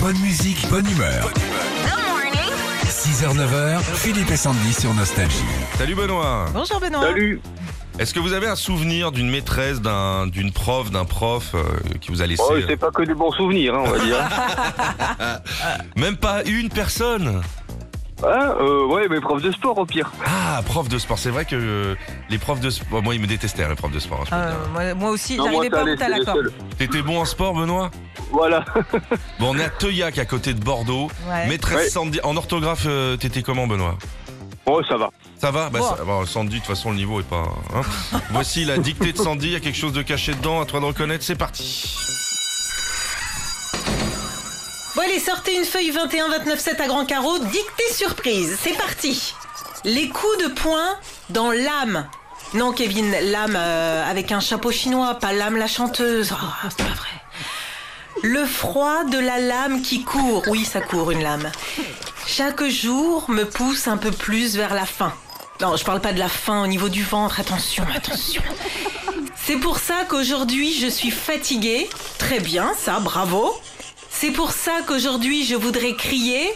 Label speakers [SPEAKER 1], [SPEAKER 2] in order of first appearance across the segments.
[SPEAKER 1] Bonne musique, bonne humeur. 6h, 9h, Philippe et Sandy sur Nostalgie.
[SPEAKER 2] Salut Benoît.
[SPEAKER 3] Bonjour Benoît.
[SPEAKER 4] Salut.
[SPEAKER 2] Est-ce que vous avez un souvenir d'une maîtresse, d'un, d'une prof, d'un prof euh, qui vous a laissé
[SPEAKER 4] Oh,
[SPEAKER 2] euh,
[SPEAKER 4] c'est pas que des bons souvenirs, hein, on va dire.
[SPEAKER 2] Même pas une personne.
[SPEAKER 4] Hein, euh, ouais, mais prof de sport au pire.
[SPEAKER 2] Ah, prof de sport. C'est vrai que euh, les profs de sport, moi ils me détestaient hein, les profs de sport. hein, je peux
[SPEAKER 3] Euh,
[SPEAKER 2] le dire.
[SPEAKER 3] moi, moi aussi,
[SPEAKER 4] Non,
[SPEAKER 3] j'arrivais
[SPEAKER 4] moi,
[SPEAKER 3] pas
[SPEAKER 4] t'as
[SPEAKER 3] où t'as
[SPEAKER 4] laissé le
[SPEAKER 3] l'accord.
[SPEAKER 4] seul.
[SPEAKER 2] T'étais bon en sport, Benoît
[SPEAKER 4] Voilà.
[SPEAKER 2] Bon, on est à Teuillac, à côté de Bordeaux.
[SPEAKER 3] Ouais.
[SPEAKER 2] Maîtresse
[SPEAKER 4] Ouais.
[SPEAKER 2] Sandy, en orthographe, euh, t'étais comment, Benoît
[SPEAKER 4] Oh, ça va.
[SPEAKER 2] Ça va bah,
[SPEAKER 3] Bon.
[SPEAKER 2] ça- bon, Sandy, de toute façon, le niveau est pas. hein. Voici la dictée de Sandy. Il y a quelque chose de caché dedans. À toi de reconnaître. C'est parti.
[SPEAKER 5] Bon allez, sortez une feuille 21-29-7 à grand carreau, dictée surprise, c'est parti Les coups de poing dans l'âme. Non Kevin, l'âme euh, avec un chapeau chinois, pas l'âme la chanteuse. Oh, c'est pas vrai. Le froid de la lame qui court. Oui, ça court une lame. Chaque jour me pousse un peu plus vers la faim. Non, je parle pas de la faim au niveau du ventre, attention, attention. C'est pour ça qu'aujourd'hui je suis fatiguée. Très bien, ça, bravo. C'est pour ça qu'aujourd'hui je voudrais crier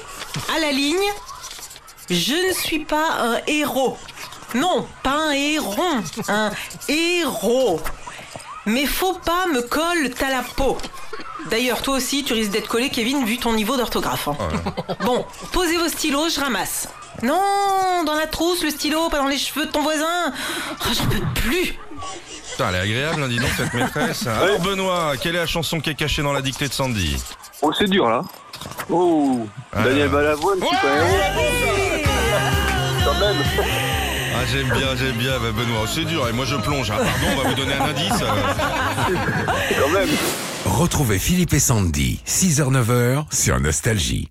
[SPEAKER 5] à la ligne Je ne suis pas un héros. Non, pas un héron, un héros. Mais faut pas me colle à la peau. D'ailleurs, toi aussi, tu risques d'être collé, Kevin, vu ton niveau d'orthographe. hein. Bon, posez vos stylos, je ramasse. Non, dans la trousse, le stylo, pas dans les cheveux de ton voisin. Oh, j'en peux plus.
[SPEAKER 2] Putain, elle est agréable, hein, dis donc, cette maîtresse. Alors, Benoît, quelle est la chanson qui est cachée dans la dictée de Sandy
[SPEAKER 4] Oh, c'est dur là. Oh,
[SPEAKER 2] Ah.
[SPEAKER 4] Daniel Balavoine, c'est pas un héros, quand même.
[SPEAKER 2] Ah, j'aime bien, j'aime bien, bah, Benoît. C'est dur, et moi je plonge. Ah, pardon, on va vous donner un indice. euh.
[SPEAKER 4] Quand même.
[SPEAKER 1] Retrouvez Philippe et Sandy, 6h, 9h sur Nostalgie.